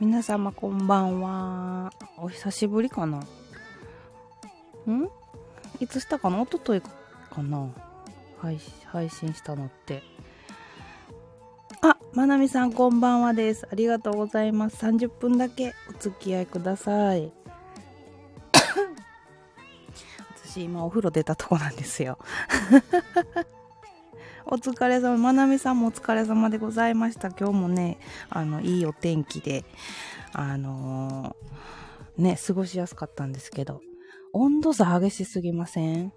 皆様こんばんは。お久しぶりかな。んいつしたかな一昨日かな配配信したのって。あ、まなみさんこんばんはです。ありがとうございます。30分だけお付き合いください。 私今お風呂出たとこなんですよ。 お疲れ様、まなみさんもお疲れ様でございました。今日もね、あの、いいお天気で、あのー、ね、過ごしやすかったんですけど、温度差激しすぎません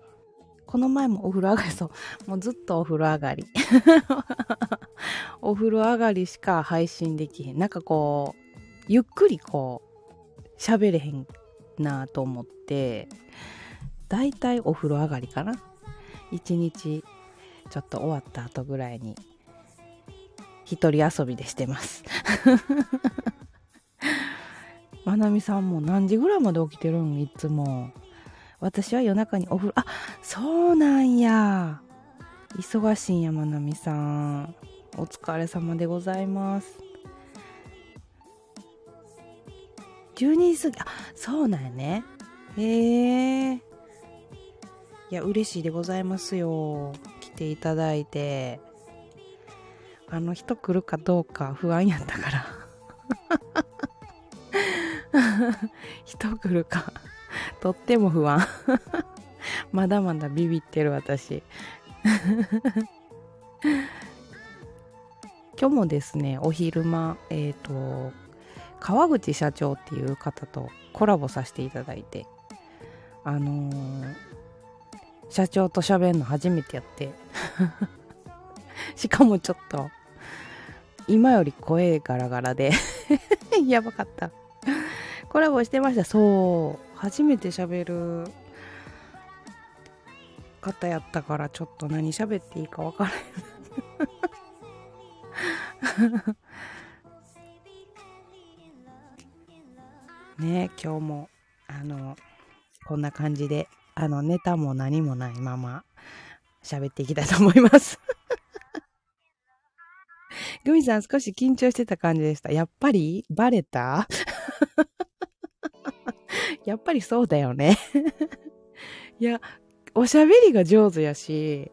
この前もお風呂上がり、そう、もうずっとお風呂上がり。 お風呂上がりしか配信できへん。なんかこう、ゆっくりこう、喋れへんなと思って、だいたいお風呂上がりかな。一日ちょっと終わった後ぐらいに一人遊びでしてますまなみさんも何時ぐらいまで起きてるんいつも私は夜中にお風呂あそうなんや忙しいんやまなみさんお疲れ様でございます12時過ぎあそうなんやねへえー、いや嬉しいでございますよていただいてあの人来るかどうか不安やったから人来るか とっても不安 まだまだビビってる私 今日もですねお昼間えっ、ー、と川口社長っていう方とコラボさせていただいてあのー社長と喋るの初めてやって しかもちょっと今より声ガラガラで やばかったコラボしてましたそう初めて喋る方やったからちょっと何喋っていいか分からへんね今日もあのこんな感じであの、ネタも何もないまま喋っていきたいと思いますグミさん少し緊張してた感じでした。やっぱりバレた やっぱりそうだよね いや、おしゃべりが上手やし、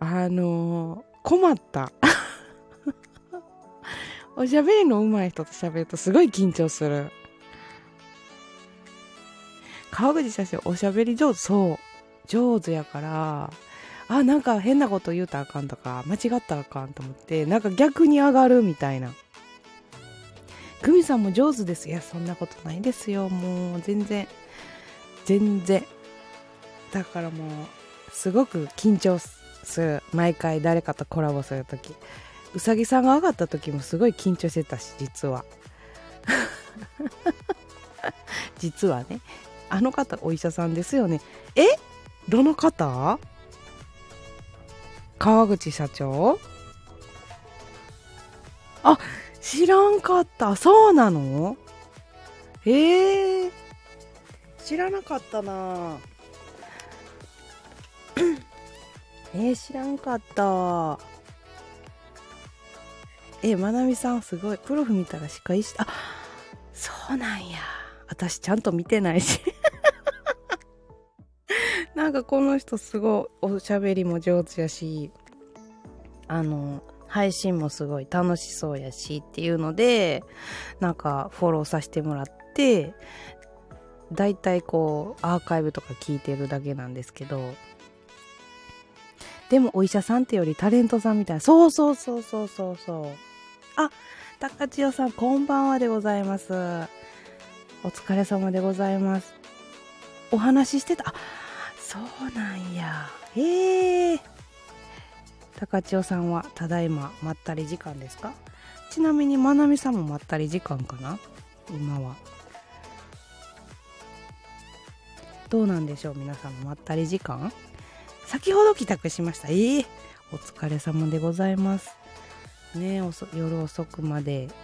あのー、困った。 おしゃべりの上手い人と喋るとすごい緊張する。川口先生おしゃべり上手そう上手やからあなんか変なこと言うたらあかんとか間違ったらあかんと思ってなんか逆に上がるみたいな久美さんも上手ですいやそんなことないですよもう全然全然だからもうすごく緊張する毎回誰かとコラボする時うさぎさんが上がった時もすごい緊張してたし実は 実はねあの方お医者さんですよね。えどの方川口社長あ、知らんかった。そうなのええー、知らなかったなえー、知らんかった。えー、まなみさんすごい。プロフ見たら歯科医師、あ、そうなんや。私ちゃんと見てないし なんかこの人すごいおしゃべりも上手やしあの配信もすごい楽しそうやしっていうのでなんかフォローさせてもらってだいたいこうアーカイブとか聞いてるだけなんですけどでもお医者さんってよりタレントさんみたいなそうそうそうそうそうそうあ高千代さんこんばんはでございますお疲れ様でございます。お話ししてた。あ、そうなんや。へえ。高千代さんはただいままったり時間ですかちなみにまなみさんもまったり時間かな今は。どうなんでしょう皆さんまったり時間先ほど帰宅しました。ええー、お疲れ様でございます。ねえ、夜遅くまで。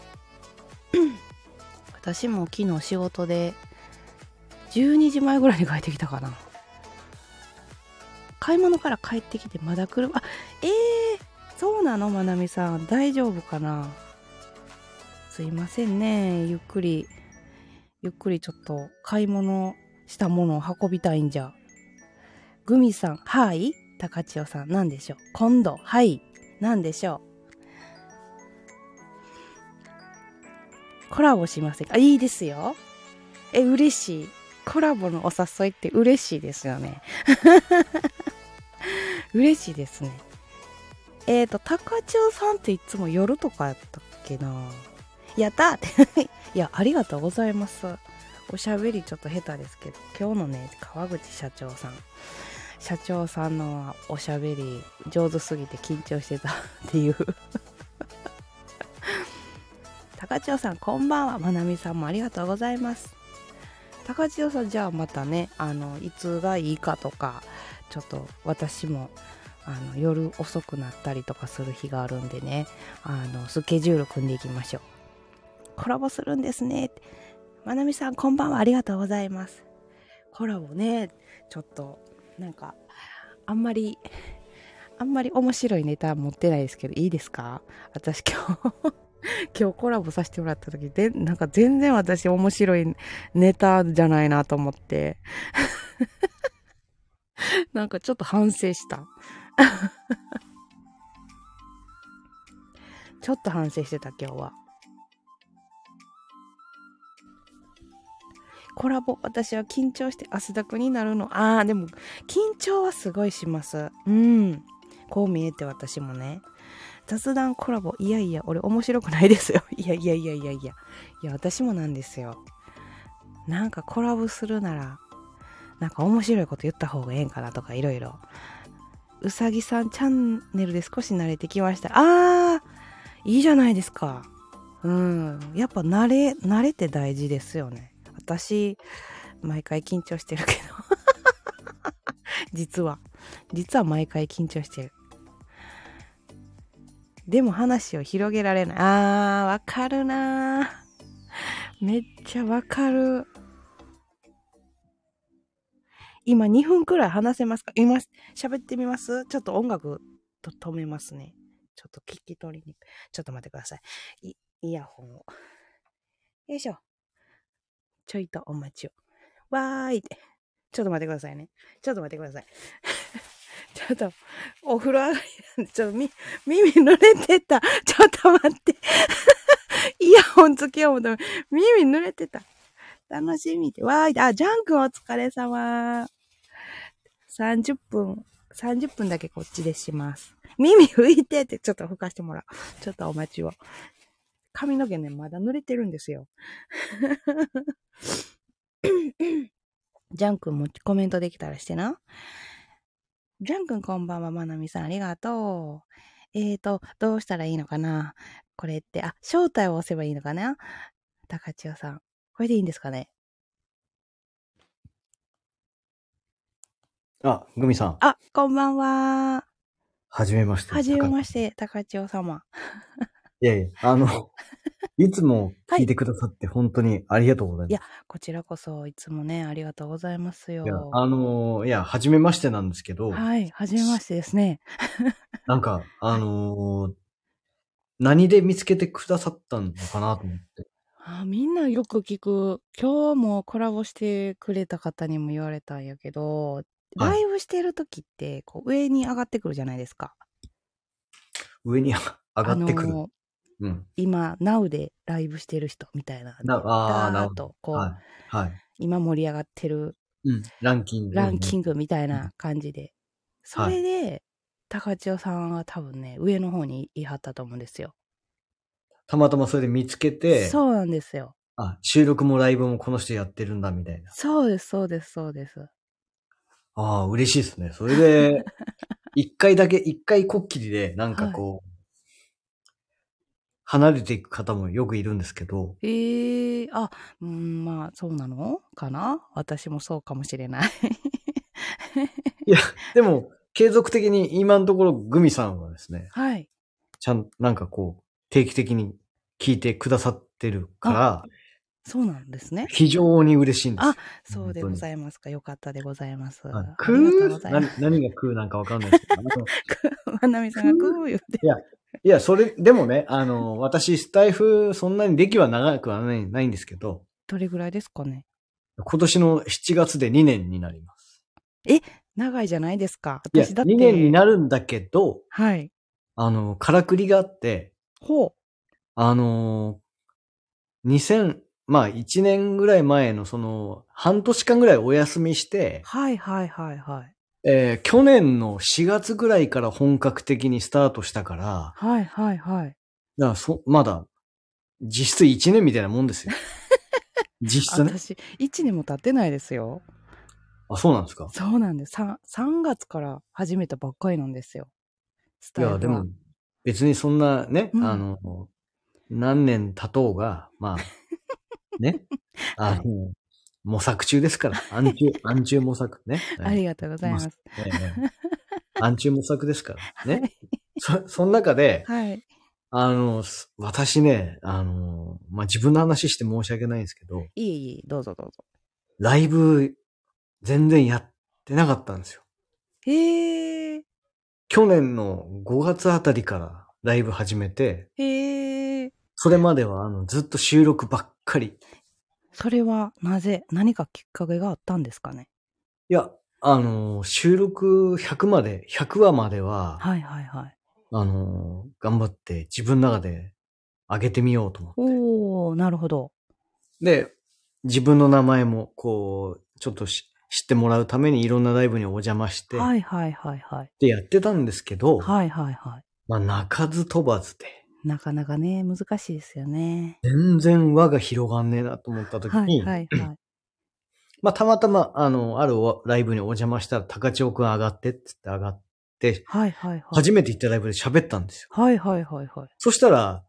私も昨日仕事で12時前ぐらいに帰ってきたかな買い物から帰ってきてまだ車あえー、そうなのまなみさん大丈夫かなすいませんねゆっくりゆっくりちょっと買い物したものを運びたいんじゃグミさんはい高千代さん何でしょう今度はい何でしょうコラボしませんかいいですよえ嬉しいコラボのお誘いって嬉しいですよね 嬉しいですねえっ、ー、と高千代さんっていつも夜とかやったっけなやったって いやありがとうございますおしゃべりちょっと下手ですけど今日のね川口社長さん社長さんのおしゃべり上手すぎて緊張してた っていう高千代さんこんばんはまなみさんもありがとうございます高千代さんじゃあまたねあのいつがいいかとかちょっと私もあの夜遅くなったりとかする日があるんでねあのスケジュール組んでいきましょうコラボするんですねまなみさんこんばんはありがとうございますコラボねちょっとなんかあんまりあんまり面白いネタ持ってないですけどいいですか私今日 今日コラボさせてもらった時でなんか全然私面白いネタじゃないなと思って なんかちょっと反省したちょっと反省してた今日はコラボ私は緊張して汗だくになるのあーでも緊張はすごいしますうんこう見えて私もね雑談コラボいやいや俺面白くないですよ いやいやいやいやいやいや私もなんですよなんかコラボするならなんか面白いこと言った方がええんかなとかいろいろうさぎさんチャンネルで少し慣れてきましたあーいいじゃないですかうんやっぱ慣れ慣れって大事ですよね私毎回緊張してるけど 実は実は毎回緊張してるでも話を広げられないあーわかるなめっちゃわかる今2分くらい話せますかいます喋ってみますちょっと音楽と止めますねちょっと聞き取りにちょっと待ってくださいいイヤホンをよいしょちょいとお待ちを。わーいって。ちょっと待ってくださいね。ちょっと待ってください。 ちょっと、お風呂上がりなんで、ちょっとみ、耳濡れてた。ちょっと待って。 イヤホンつけようと耳濡れてた。楽しみで。わーいあ、ジャン君お疲れ様。30分、30分だけこっちでします。耳拭いてって、ちょっと拭かしてもらう。ちょっとお待ちを。髪の毛ね、まだ濡れてるんですよ。ジャン君もコメントできたらしてな。ジャン君こんばんは、まなみさんありがとう。えーと、どうしたらいいのかなこれって、あ、招待を押せばいいのかな高千代さん。これでいいんですかねあ、グミさん。あ、こんばんは。はじめまして。はじめまして、高千代様。いやいや、あの、いつも聞いてくださって本当にありがとうございます。はい、いや、こちらこそいつもね、ありがとうございますよ。いや、あのー、いや、はじめましてなんですけど。はい、はじめましてですね。なんか、あのー、何で見つけてくださったのかなと思って。あみんなよく聞く。今日もコラボしてくれた方にも言われたんやけど、ライブしてる時って、こう、上に上がってくるじゃないですか。上に上がってくる。あのーうん、今、Now でライブしてる人みたいな。ああ、なると、こう、はい、はい、今盛り上がってる、うん、ランキング、ランキングみたいな感じで。うん、それで、はい、高千代さんは多分ね、上の方にいはったと思うんですよ。たまたまそれで見つけて、そうなんですよ。あ、収録もライブもこの人やってるんだみたいな。そうです、そうです、そうです。ああ、嬉しいですね。それ で、一回だけ、一回こっきりで、なんかこう、はい離れていく方もよくいるんですけど。ええー、あ、うん、まあ、そうなのかな私もそうかもしれ ない。いや、でも、継続的に今のところグミさんはですね。はい。ちゃん、なんかこう、定期的に聞いてくださってるから、そうなんですね。非常に嬉しいんです。あ、そうでございますか。よかったでございます。クー何がクーなんかわかんないですけど。 まなみさんがクー言って。いや、いや、それ、でもね、あの、私、スタイフ、そんなに歴は長くはないないんですけど、どれぐらいですかね今年の7月で2年になります。長いじゃないですか。いや、私だって。 2年になるんだけど、はい。あの、からくりがあって、ほあの、2000、まあ1年ぐらい前のその、半年間ぐらいお休みしう。て、はいはいはいはい。えー去年の4月ぐらいから本格的にスタートしたから、はいはいはい。だからそ、まだ、実質1年みたいなもん ですよ。実質ね。私、1年も経ってないですよ。あ、そうなんですかそうなんです。3, 3月から始めたばっかりなんですよ。スいタイルや、はでも、別にそんなね、うんあの、何年経とうが、まあ、 ね、あの、模索中ですから、暗中、暗中模索ね。ありがとうございます。ええ暗中模索ですから、ね。そ、その中で、はい。あの、す私ね、あの、まあ、自分の話して申し訳ないんですけど、いえいえ、どうぞどうぞ。ライブ、全然やってなかったんですよ。へえ、去年の5月あたりからライブ始めて、へえ。それまではあのずっと収録ばっかり。それはなぜ、何かきっかけがあったんですかね。いや、あの、収録100まで、100話までは、はいはいはい。あの、頑張って自分の中で上げてみようと思って。おおなるほど。で、自分の名前も、こう、ちょっとし知ってもらうためにいろんなライブにお邪魔して、はいはいはいはい。でやってたんですけど、はいはいはまあ、泣かず飛ばずで、い。なかなかね、難しいですよね。全然輪が広がんねえなと思った時はいに、はい はい。まあ、たまたま、あの、あるおライブにお邪魔したら、高千穂くん上がって、っつって上がって、はいはいはい。初めて行ったライブで喋ったんですよ。はいはいはいはい。そしたら、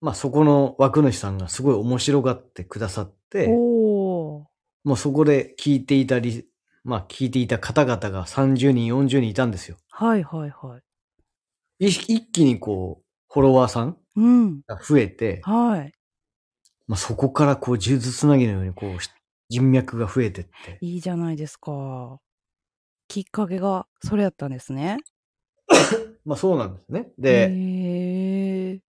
まあ、そこの枠主さんがすごい面白がってくださって、おおもうそこで聞いていたり、まあ聞いていた方々が30人、40人いたんですよ。はいはいはい。い一気にこう、フォロワーさんうん。が増えて、はい。まあそこからこう、呪術つなぎのようにこう、し人脈が増えてって。いいじゃないですか。きっかけがそれやったんですね。まあそうなんですね。へで、え。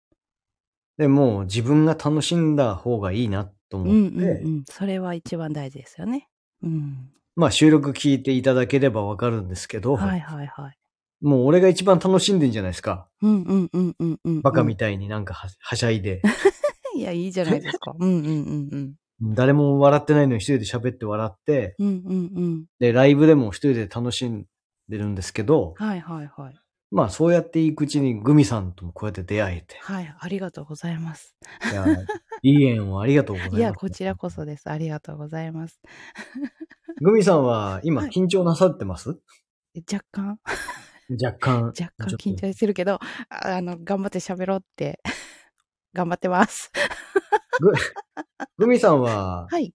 でもう自分が楽しんだ方がいいなとうん思っうんうて、ん。それは一番大事ですよね。うん。まあ収録聞いていただければわかるんですけど、はいはいはい。もう俺が一番楽しんでんじゃないですか。うんうんうんうんうん。バカみたいになんかははしゃいで、いや、いいじゃないですか。 うんうんうん誰も笑ってないのに一人で喋って笑って、うん。うんうんうん。で、ライブでも一人で楽しんでるんですけど、はいはいはい。まあそうやっていくうちにグミさんともこうやって出会えて、はい、ありがとうございます。いや、いい縁をありがとうございます。いや、こちらこそです。ありがとうございます。グミさんは今はい緊張なさってます、若干、若干。若干ちょ緊っと張してるけど、ああの、頑張って喋ろうって、 頑張ってます。グミさんは、はい。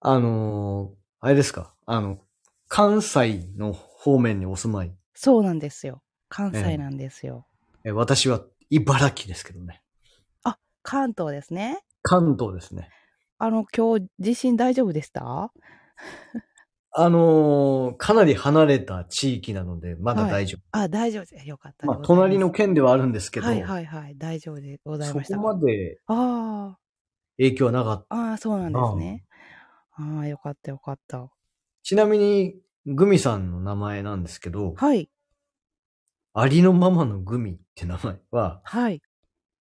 あのーあれですかあの、関西の方面にお住まい。そうなんですよ。関ええ西なんですよ。え私は茨城ですけどね。関東ですね。関東ですね。あの、今日、地震大丈夫でしたあのーかなり離れた地域なので、まだ大丈夫。あ、大丈夫です。よかったでまごあ、ざいす。隣の県ではあるんですけど、はいはいはい。大丈夫でございそました。こまであ影響はなかった。あ、ああ、そうなんですね。ああ、よかったよかった。ちなみに、グミさんの名前なんですけど、はい、ありのままのグミって名前は、はい。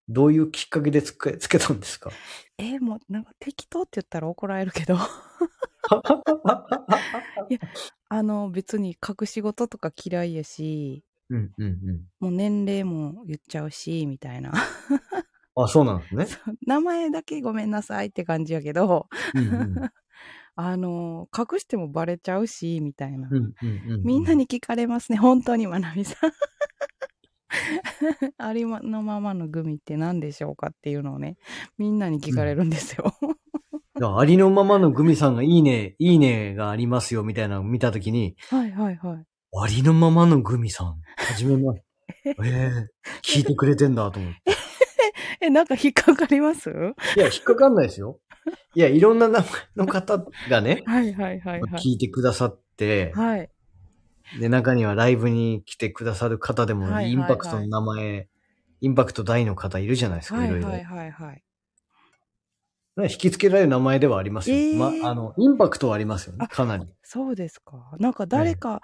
どういうきっかけでつけつけたんですか えーもうなんか適当って言ったら怒られるけど あの別に隠し事とか嫌いやしうんうんうもう年齢も言っちゃうしみたいな ん。あ、そうなんですね。名前だけごめんなさいって感じやけどうんうんあの隠してもバレちゃうしみたいな、うんうんう んみんな。に聞かれますね本当にまなみさん ありのままのグミって何でしょうかっていうのをねみんなに聞かれるんですよ、 いやありのままのグミさんがいいね、いいねがありますよみたいなのを見たときに、はいはいはいありのままのグミさん、はじめまして。 ええ聞いてくれてんだと思って。 えなんか引っかかります いや、引っかかんないですよ。いや、いろんな名前の方がね、はいはいはいはい聞いてくださって、はいで、中にはライブに来てくださる方ではいはいもはいインパクトの名前インパクト大の方いるじゃないですか、はいいろいろ。はいはいはい。ね引きつけられる名前ではありますよ。えーま、あの、インパクトはありますよねあ、かなり。そうですか。なんか誰か、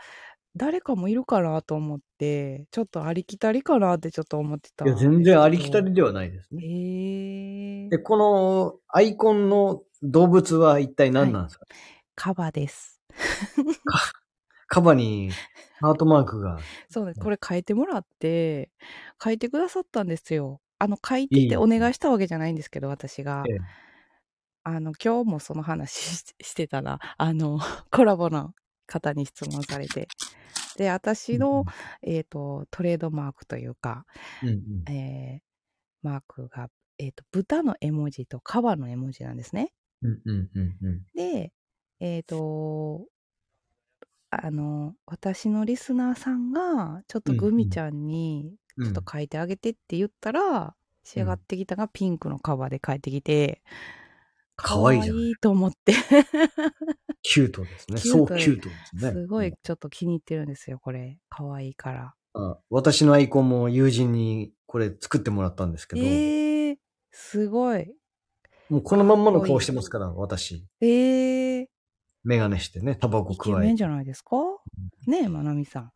誰かもいるかなと思って、ちょっとありきたりかなってちょっと思ってたいんや、ですけど。全然ありきたりではないですね。ええで、このアイコンの動物は一体何なんですか、カバです。カバにハートマークが。そうです。これ変えてもらって、変えてくださったんですよ。あの、書いいていてお願いしたわけじゃないんですけど、私が。ええあの、今日もその話 ししてたら、あの、 コラボの方に質問されて。で、私の、えっ、と、トレードマークというか、うんうん、えーマークが、えっ、と、豚の絵文字とカバの絵文字なんですね。うんうんうんうん。で、えっ、と、あの、私のリスナーさんが、ちょっとうんグミちゃんに、うんちょっと書いてあげてって言ったら、仕上がってきたがピンクのカバーで書いてきて、かわいいじゃないいと思って、キュートですね。キューそうトキュートですね。すごういんちょっと気に入ってるんですよ、これ。かわいいから。あ私のアイコンも友人にこれ作ってもらったんですけえー、ど、すごい。もうこのまんまの顔してますから、私。えー、メガネしてね、タバコイケ加えメンて。じゃないですかねえ、まなみさん。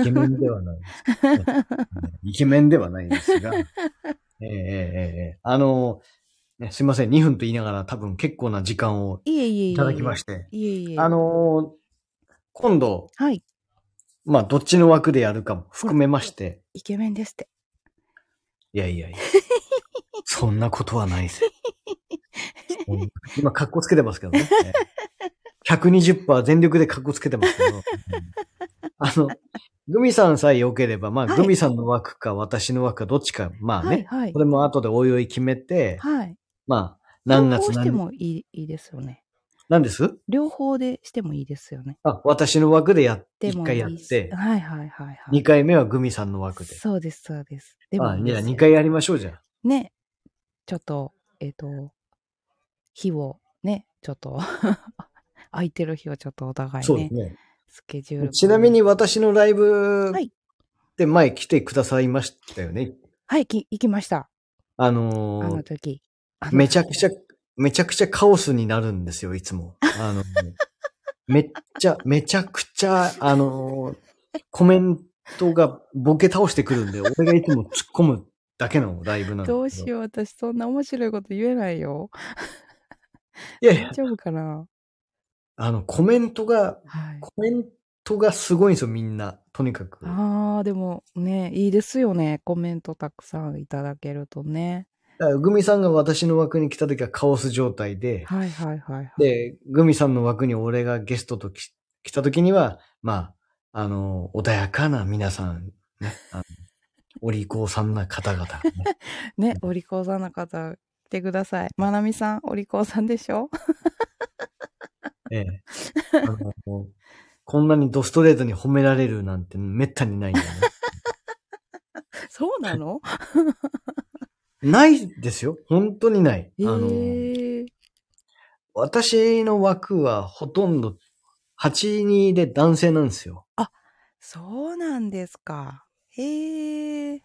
イケメンではないです けどね。イケメンではないですが。え えええええあの、ね、すいません、2分と言いながら多分結構な時間をいえいえいえいえ。いただきまして。いえいえ。あ、の、今度、はい。まあ、どっちの枠でやるかも含めまして、イケメンですって。いやいやいや。そんなことはないぜ。そん今、格好つけてますけどね。120%全力で格好つけてますけ ど。うんあの、グミさんさえ良ければ、まあ、はいグミさんの枠か私の枠かどっちか、まあね、はいはいこ。れも後でおいおい決めて、はい。まあ、何両月方して何、もいいいいですよね。何です両方でしてもいいですよね。あ、私の枠でやっ、で一も回やっいいし。て、はいはいはいはい。二回目はグミさんの枠で。そうですそうです。でもあ、いいじでゃすあよ二回やりましょうじゃん。ね、ちょっと、えっ、と、日をね、ちょっと、 空いてる日をちょっとお互いそうでねす、ね。スケジュール。ちなみに、私のライブはいで前来てくださいましたよね。はい、き行きました。ああのーの時。あの時めちゃくちゃ、めちゃくちゃカオスになるんですよ、いつも。あ の、めっちゃ、めちゃくちゃ、あのーコメントがボケ倒してくるんで、俺がいつも突っ込むだけのライブなんですけどうしよう、私そんな面白いこと言えないよ。いやいや大、丈夫かなあの、コメントが、はい。コメントがすごいんですよ、みんな。とにかく。ああ、でもね、いいですよね。コメントたくさんいただけるとね。だからグミさんが私の枠に来た時はカオス状態で、はいはいはいはい。で、グミさんの枠に俺がゲストとき来た時には、まあ、あの、穏やかな皆さん、ね、あの、お利口さんな 方々、ねね、お利口さんの方、来てください。まなみさん、お利口さんでしょええあのこんなにドストレートに褒められるなんてめったにないんだね。 そうな のないですよ。本当にない。えあの、ー、私の枠はほとんど8、2で男性なんですよ。そうなんですか。えー、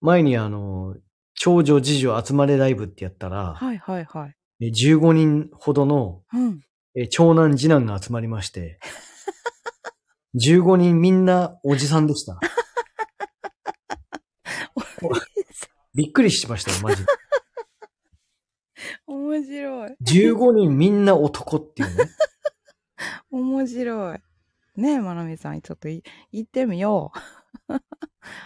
前にあの、長女次女集まれライブってやったら、はいはいはい。え15人ほどのうん。え長男次男が集まりまして、15人みんなおじさんで した。びっくりしましたよ、マジで。面白い。 15人みんな男っていうね。面白い。ねえ、まなみさん、ちょっとい行ってみよ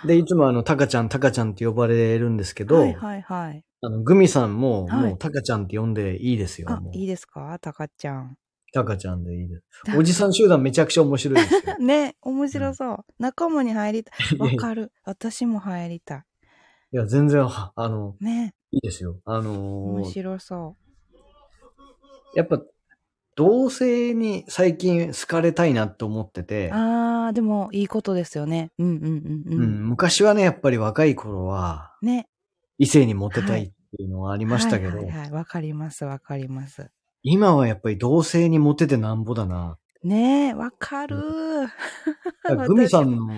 で、いつもあの、タカちゃん、タカちゃんって呼ばれるんですけう。ど、はいはいはい。あの、グミさんも、はいもうタカちゃんって呼んでいいですよ。あも、ういいですかたかちゃん。タカちゃんでいいですタ。カ。おじさん集団めちゃくちゃ面白いです よね、面白そう。仲間に入りたい。 いやわいやかる。私も入りたいや、全然、はあの、い。ね、いいですよ。あの面ー白そやっぱ、同性に最近好かれたいなって思っててう。、あー、でも、いいことですよね。うんうんうんううん。ん、昔はね、やっぱり若い頃は、ね。異性にモテたいっていうのはありましたけど、はいはいはい。わかります、わかります。今はやっぱり同性にモテてなんぼ だな。ねえ、わかる。 だからグミさんの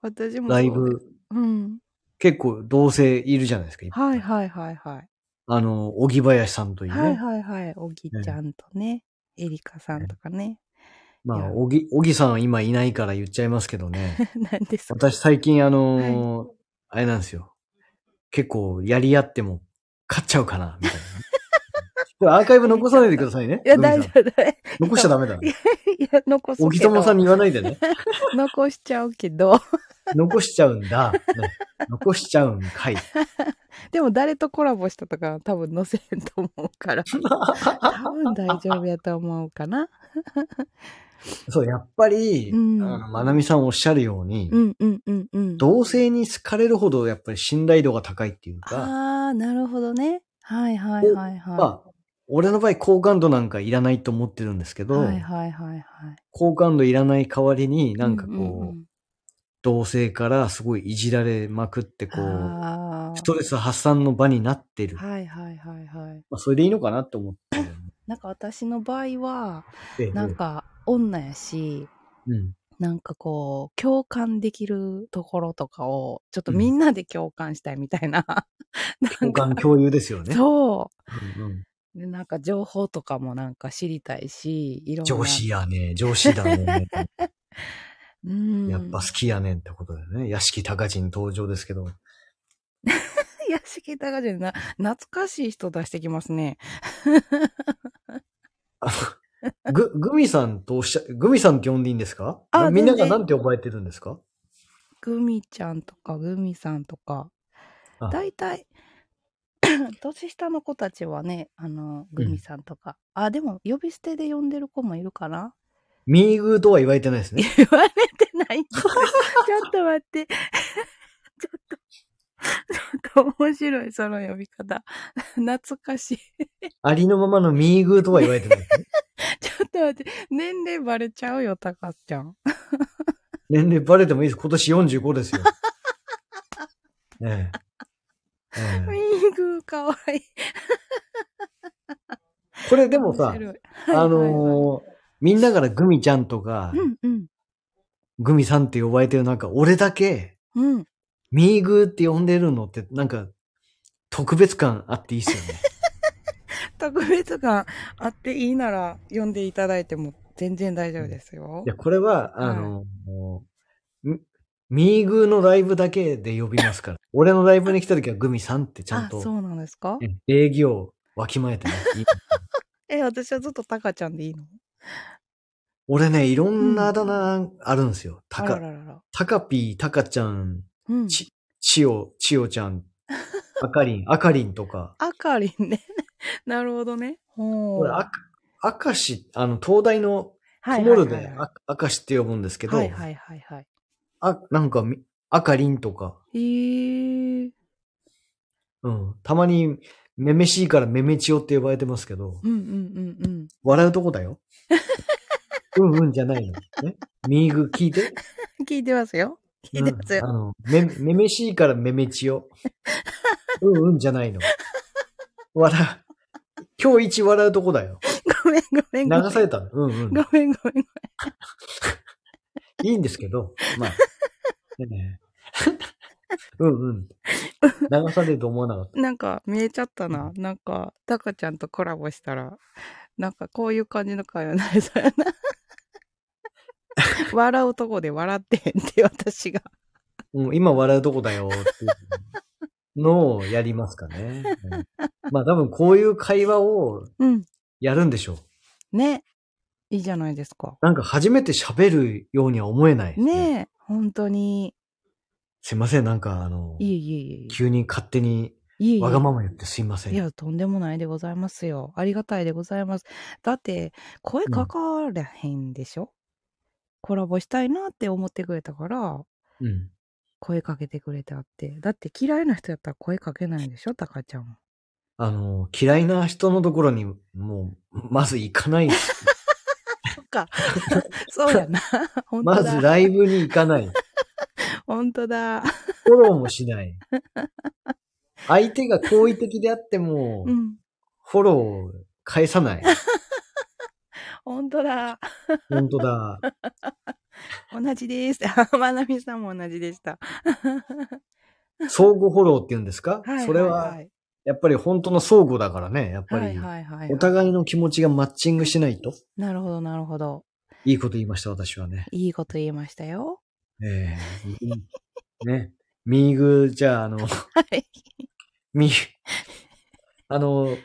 私もそうライブ、うん。結構同性いるじゃないですか。いっぱはいはいはいはい。あの、小木林さんというね。はいはいはい。おぎちゃんとね、えりかさんとかね。 まいやあ、小木、小木さんは今いないから言っちゃいますけどね。なんですか。私最近あのーあれなんですよ。結構やり合っても勝っちゃうかな、 みたいな。これアーカイブ残さないでくださいね。いや、小木さん大丈夫だよ。 残しちゃダメだ。いや、残す小木けど友。さんに言わないでね。残しちゃうけど。 残しちゃうんだ。ね残しちゃうんかい。でも誰とコラボしたとか多分載せへんと思う から。多分大丈夫やと思うかな。そう、やっぱり、うんあのまなみさんおっしゃるように、うんうんうんうん。同性に好かれるほどやっぱり信頼度が高いっていうか、ああ、なるほどね。はいはいはいはまあ、俺の場合好感度なんかいらないと思ってるんですけい。ど、はいはいはいはい。好感度いらない代わりに、なんかこう、うんうんうん同性からすごいいじられまくって、こう、あスートレス発散の場になってる。はいはいはいはい。まあ、それでいいのかなって思ってるんなんか私の場合は、で。なんか女やし、うん、なんかこう、共感できるところとかを、ちょっとうんみんなで共感したいみたい な。なん好か感共有ですよね。そう。うんうんでなんか情報とかもなんか知りたいし、いろんな。上司やね、上司だね。 うん。やっぱ好 きやねんってことだよね。屋敷隆人登場ですけど。屋敷隆人な、懐かしい人出してきますね。ぐ、グミさんとおっしゃ、グミさんって呼んでいいんですかあみんなが全然なんて呼ばれてるんですかグミちゃんとかグミさんとか、あ大体、 年下の子たちはね、あの、グミさんとか。あ、でも、呼び捨てで呼んでる子もいるかな ミーグーとは言われてないですね。言われてないんだち ょっと待って。ち ょっと、ちょっと面白い、その呼び方。 懐かしい。ありのままのミーグーとは言われてないですね。ちょっと待って、年齢バレちゃうよ、たかちゃん。年齢バレてもいいです。今年45です よ。ねええミえーグーかわいい。これでもさ、面白いあはいはいはいのーみんなからグミちゃんとか、うんうん。グミさんって呼ばれてる中、俺だけ、うん。ミーグーって呼んでるのって、なんか、特別感あっていいっすよ ね。特別感あっていいなら読んでいただいても全然大丈夫ですよい。や、これは、あの、もうみミーグーのライブだけで呼びますから。俺のライブに来た時はグミさんってちゃんあ、そと、うなんですかね礼儀をわきまえてね。いいえ、私はずっとタカちゃんでいいの俺ね、いろんなあだ名あるんですよ。たあらか、ららら。たかぴー、たかちゃん、うん。ち、ちお、ちおちゃ ん、あかりん、あかりんとか。あかりんね。 なるほどね。ほこれ、あか、あかし、あの、東大のはトいモはいはルいはいでああかしって呼ぶんですけど、はいはいはいはい。あ、なんかみ、あかりんとか、えー。うん。たまに、めめしいからめめちよって呼ばれてます けど、うんうんうんうん。笑うとこだよ。うんうんじゃないの。ね。ミーグ聞いて。聞いてますよ。聞いてますうよん。あの、め、めめしいからめめ ちよ。うんうんじゃないの。笑う。今日一笑うとこだよ。ごめんごめん流ごめん。されたの。うんごめんうごめんごめん。ん。いいんですけど、まあ。ねえうんうん。流されると思わなかった。なんか見えちゃったな。なんか、タカちゃんとコラボしたら、なんかこういう感じの会話になりそうや な。笑うとこで笑ってへんって私が。うん、今笑うとこだよっていうのをやりますかね。うんまあ多分こういう会話をうん。やるんでしょう。ね。いいじゃないですか。なんか初めて喋るようには思えないですね。ねえ。本当に。すいません、なんかあの、いえいえい急に勝手にえいえ。いえいえわがまま言ってすいません。いや、とんでもないでございますよ。ありがたいでございます。だって、声かからへんでしょ、コラボしたいなって思ってくれたから、うん。声かけてくれてあって。だって嫌いな人やったら声かけないでしょタカちゃんも。あの、嫌いな人のところにもう、まず行かない。そっか。 そうやな。 本ま当ずだ。ライブに行かない。本当だ。フォローもしない。相手が好意的であってもう、ん。フォロー返さない。本当だ。本当だ。 同じです。まなみさんも同じでした。相互フォローって言うんですか、 はいはいはい、それは、やっぱり本当の相互だからね。やっぱはいり、はいはい、お互いの気持ちがマッチングしないと。なるほど、なるほど。いいこと言いました、私はね。いいこと言いましたよ。ええね。ミーグ、じゃあ、あの、はい。ミあの、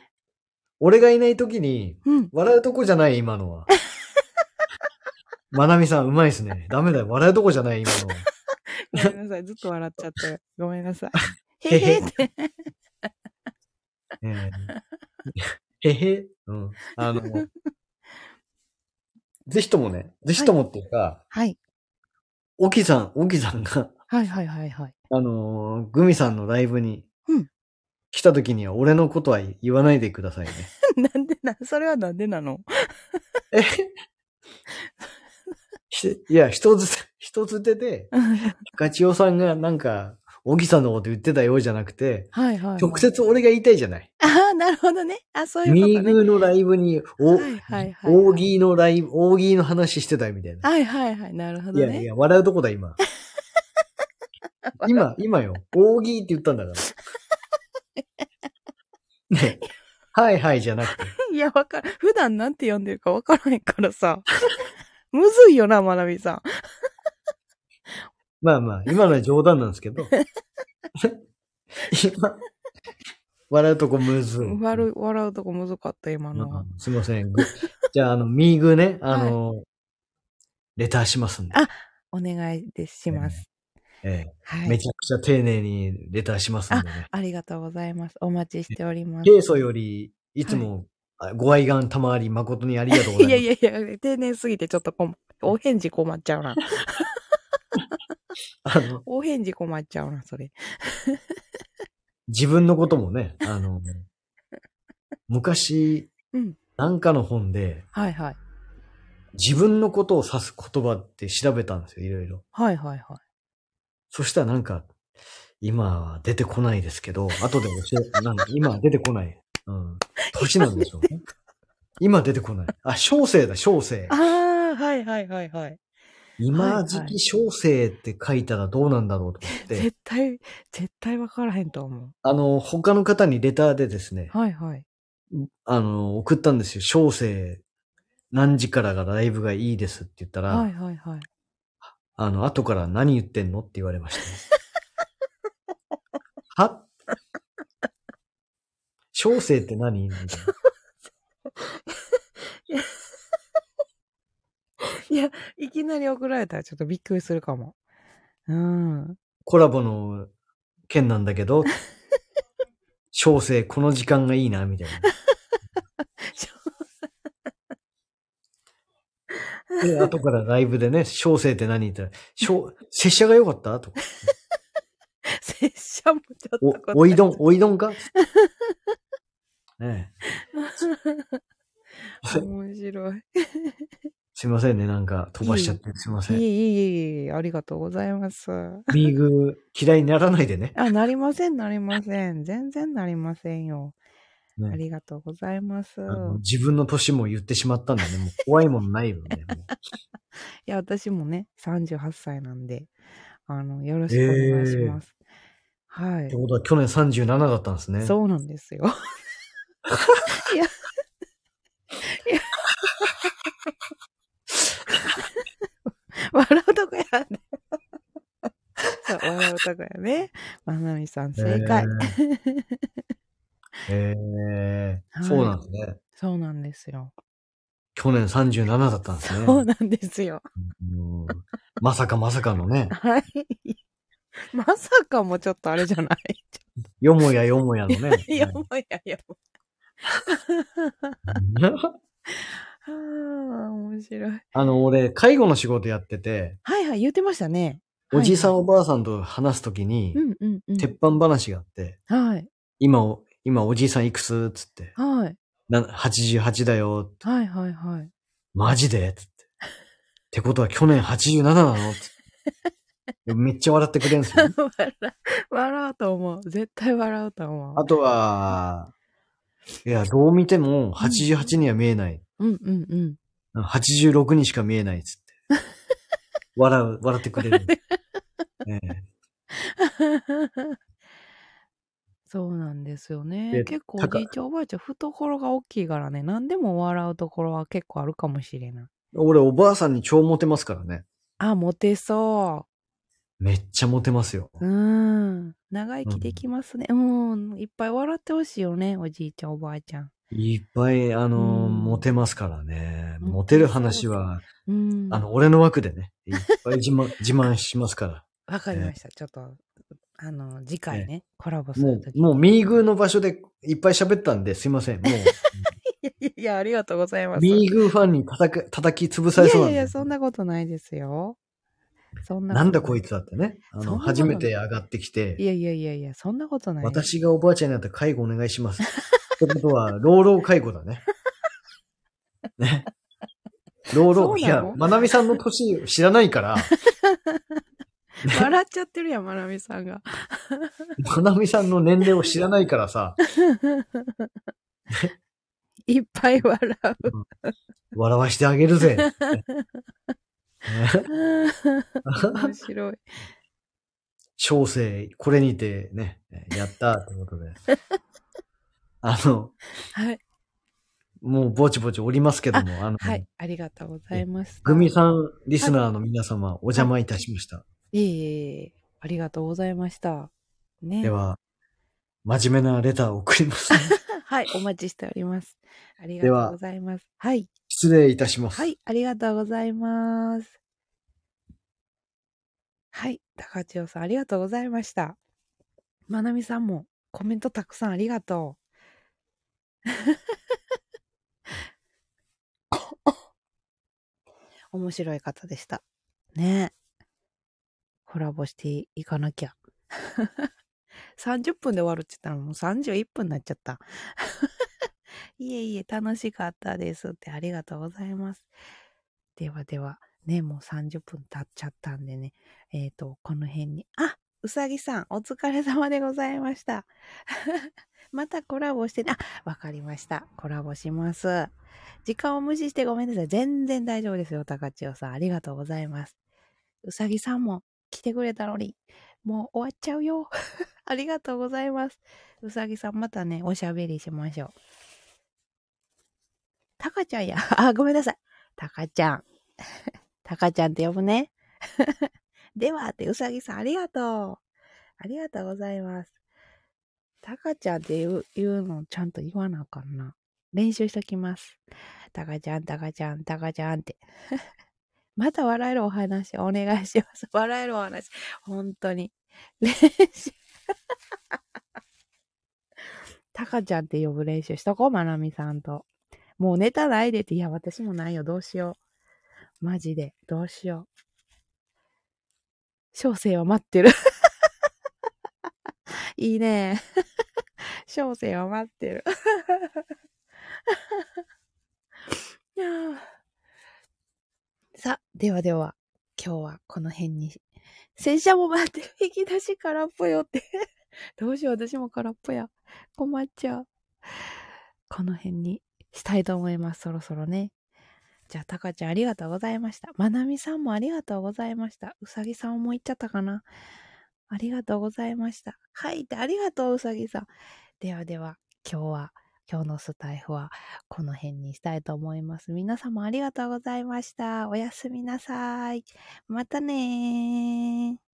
俺がいないときに、うん。笑うとこじゃない、今のは。まなみさん、うまいですね。ダメだよ。笑うとこじゃない、今のは。ごめんなさい。ずっと笑っちゃって。ごめんなさ い。へへって。ええへへ。うん。あの、ぜひともね、ぜひともっていうか、はい。オキさん、オキさんが、はいはいはい はい。あのーグミさんのライブにうん来た時には俺のことは言わないでくださいね。 なんでな、それはなんでなの ひいや、人づて、 人づてで、ガチオさんがなんか、オキさんのこと言ってたよじゃなくて、はいはい。直。接俺が言いたいじゃない。ああ、なるほどね。あ、そういうミこーとね。グーのライブに、はお、いはいはいはい大喜のライブ、大喜の話してたよみたいな。はいはいはい。なるほいどやいね。や、笑うとこだ、今。今、今よ。大喜って言った んだから。ねはいはいじゃなくて。 いや、わかる。普段なんて呼んでるかわからへんからさ。 むずいよな、まなみさん。まあまあ、今のは冗談なんです けど。今、笑うとこむずい。笑う、笑うとこむずかった、今のは。うんすいません。ぐじゃあ、あの、ミーグーね、あの、レターしますんで。あお願いでします。ええはめい。ちゃくちゃ丁寧にレターしますんでね。ありがとうございます。お待ちしております。平素より、いつも、あご愛願賜り、誠にありがとうございま いす。やいやいや、丁寧すぎてちょっとこま、お返事困っちゃうな。 あの、お返事困っちゃうな、それ。自分のこともね、あの、 昔、うん。なんかの本で、はいはい。自分のことを指す言葉って調べたんですよ、いろいろ。はいはいはい。そしたらなんか、今は出てこないですけど、後で教え、なん か今は出てこない。うん。年なんでしょうね。今出てこない。あ、小生だ、小生。ああ、はいはいはいはい。今時期小生って書いたらどうなんだろうと思って、絶対、絶対分からへんと思う。あの、他の方にレターでですね、はいはい。あの、送ったんですよ。小生、何時からがライブがいいですって言ったら、はいはいはい。あの、後から何言ってんのって 言われました。は小生って何みたいいや、いきなり送られたらちょっとびっくりするかも。うん。コラボの件なんだけど、小生この時間がいいな、みたいな。で、後からライブでね、小生って何言ったら、小、拙者が良かったとか、 拙者もちょっとおこっ、ちおいどん、おいどんかねえ面白い。すいませんね、なんか飛ばしちゃって、すいませいえん。いえいえいえ、ありがとうございます。ビーグ嫌いにならないでね。あ、なりません、なりません。全然なりませんよ。ね ありがとうございます。あの自分の年も言ってしまったんだね。もう怖いもんないよね。 もういや、私もね、38歳なんで、あの、よろしくお願いします。はいって。ことは去年37だったんですね。そうなんです よ。いや、いや、笑うとこやね。そう、笑うとこやね。まなみさん、正解。えー。えーはいそうなんですね。そうなんですよ。去年37だったんですね。そうなんですよ。うんまさかまさかのね。はい。まさかもちょっとあれじゃない。よもやよもやの ね。いや、もういやいや、もうあー面白い。 あの、俺、介護の仕事やってて、はいはい、言ってましたね。おじさんはいおばあさんと話すときには、い、うんうんうん。鉄板話があって、はい。今お、今おじいさんいくつつって、はい。な88だよ。はいはいはい。マジでつって。ってことは去年87なのつって。めっちゃ笑ってくれるんで すよ。笑う、笑うと思う。絶対笑うと思う。あとは、いや、どう見ても88には見えない。うんうん うん。 86にしか見えないっつって。笑う、笑ってくれる。ええそうなんですよでね。結構お高じいちゃんおばあちゃん、懐が大きいからね、何でも笑うところは結構あるかもしれない。俺、おばあさんに超モテますからね。あ、モテそめっちゃモテますよ。う。うん。長生きできますね。うん。いっぱい笑ってほしいよね、おじいちゃん、おばあちゃん。いっぱい、あの、うんモテますからね。うんモテる話は、うん。あの、俺の枠でね、いっぱい自慢自慢しますから。わかりました。ちょっと、あの、次回ね、コラボすもるとき。う、もう、ミーグーの場所でいっぱい喋ったんで、すいません。もいや いや、ありがとうござ いまう、す。ミーグーファンに叩く叩き潰されそうなんいやいでやいや、そんなことないですよ。そんななんだこいいつだってね。あそんなの、こと初めて上がってきて、いやいやいやいや、そんなことない。。私がおばあちゃんになったら介護お願い します。ってことは、老老介護だね。ね。老老、いそうなやの、まなみさんの年知らな いから、笑っちゃってるやん、まなみさんが。 まなみさんの年齢を知らないからさ、いっぱい笑笑わしてあげる ぜ。ねう。面白い。小生、これにてね、やったってことで。 あの、はい。もうぼちぼちおりますけども、あの、はい。ありがとうございます。グミさん、リスナーの皆様、お邪魔いたしました。いえいえいえ。ありがとうございました。ね。では、真面目なレターを送ります。 はい。お待ちしております。ありがとうございます。はい。失礼いたします。はい。ありがとうございます。はい。高千代さん、ありがとうございました。まなみさんもコメントたくさんありがとう。 面白い方でした。ねえ。コラボしていかなきゃ。30分で終わるって言ったらもう31分になっちゃった。いえいえ、楽しかったですってありがとうございます。ではでは、ね、もう30分経っちゃったんでね、えっ、と、この辺に、あうさぎさん、お疲れ様でございました。 またコラボしてね、あ、わかりました。コラボします。時間を無視してごめんなさい。全然大丈夫ですよ、高千代さん。ありがとうございます。うさぎさんも来てくれたのに、もう終わっちゃうよ。 ありがとうございます。うさぎさん、またね、おしゃべりしましょう。タカちゃんや。 あ、ごめんなさい。タカちゃん。 タカちゃんって呼ぶね。 ではって、うさぎさん、ありがとう。ありがとうございます。タカちゃんって言う言うのちゃんと言わなあかんな。練習しときます。タカちゃん、タカちゃん、タカちゃんって。 また笑えるお話お願いします。笑えるお話。本当に。練習。 タカちゃんって呼ぶ練習しとこう、まなみさんと。もうネタないでって、いや、私もないよ、どうしよう。マジで、どうしよう。小生は待ってる。 いいね。小生は待ってる。 いやーさあ、ではでは、今日はこの辺に。洗車も待ってる。引き出し空っぽよって。 どうしよう、私も空っぽや。困っちゃう。この辺にしたいと思います。そろそろね。じゃあ、たかちゃんありがとうございました。まなみさんもありがとうございました。うさぎさんも言っちゃったかな。ありがとうございました。はいってありがとう、うさぎさん。ではでは、今日は、今日のスタイフはこの辺にしたいと思います。皆様ありがとうございました。おやすみなさい。またねー。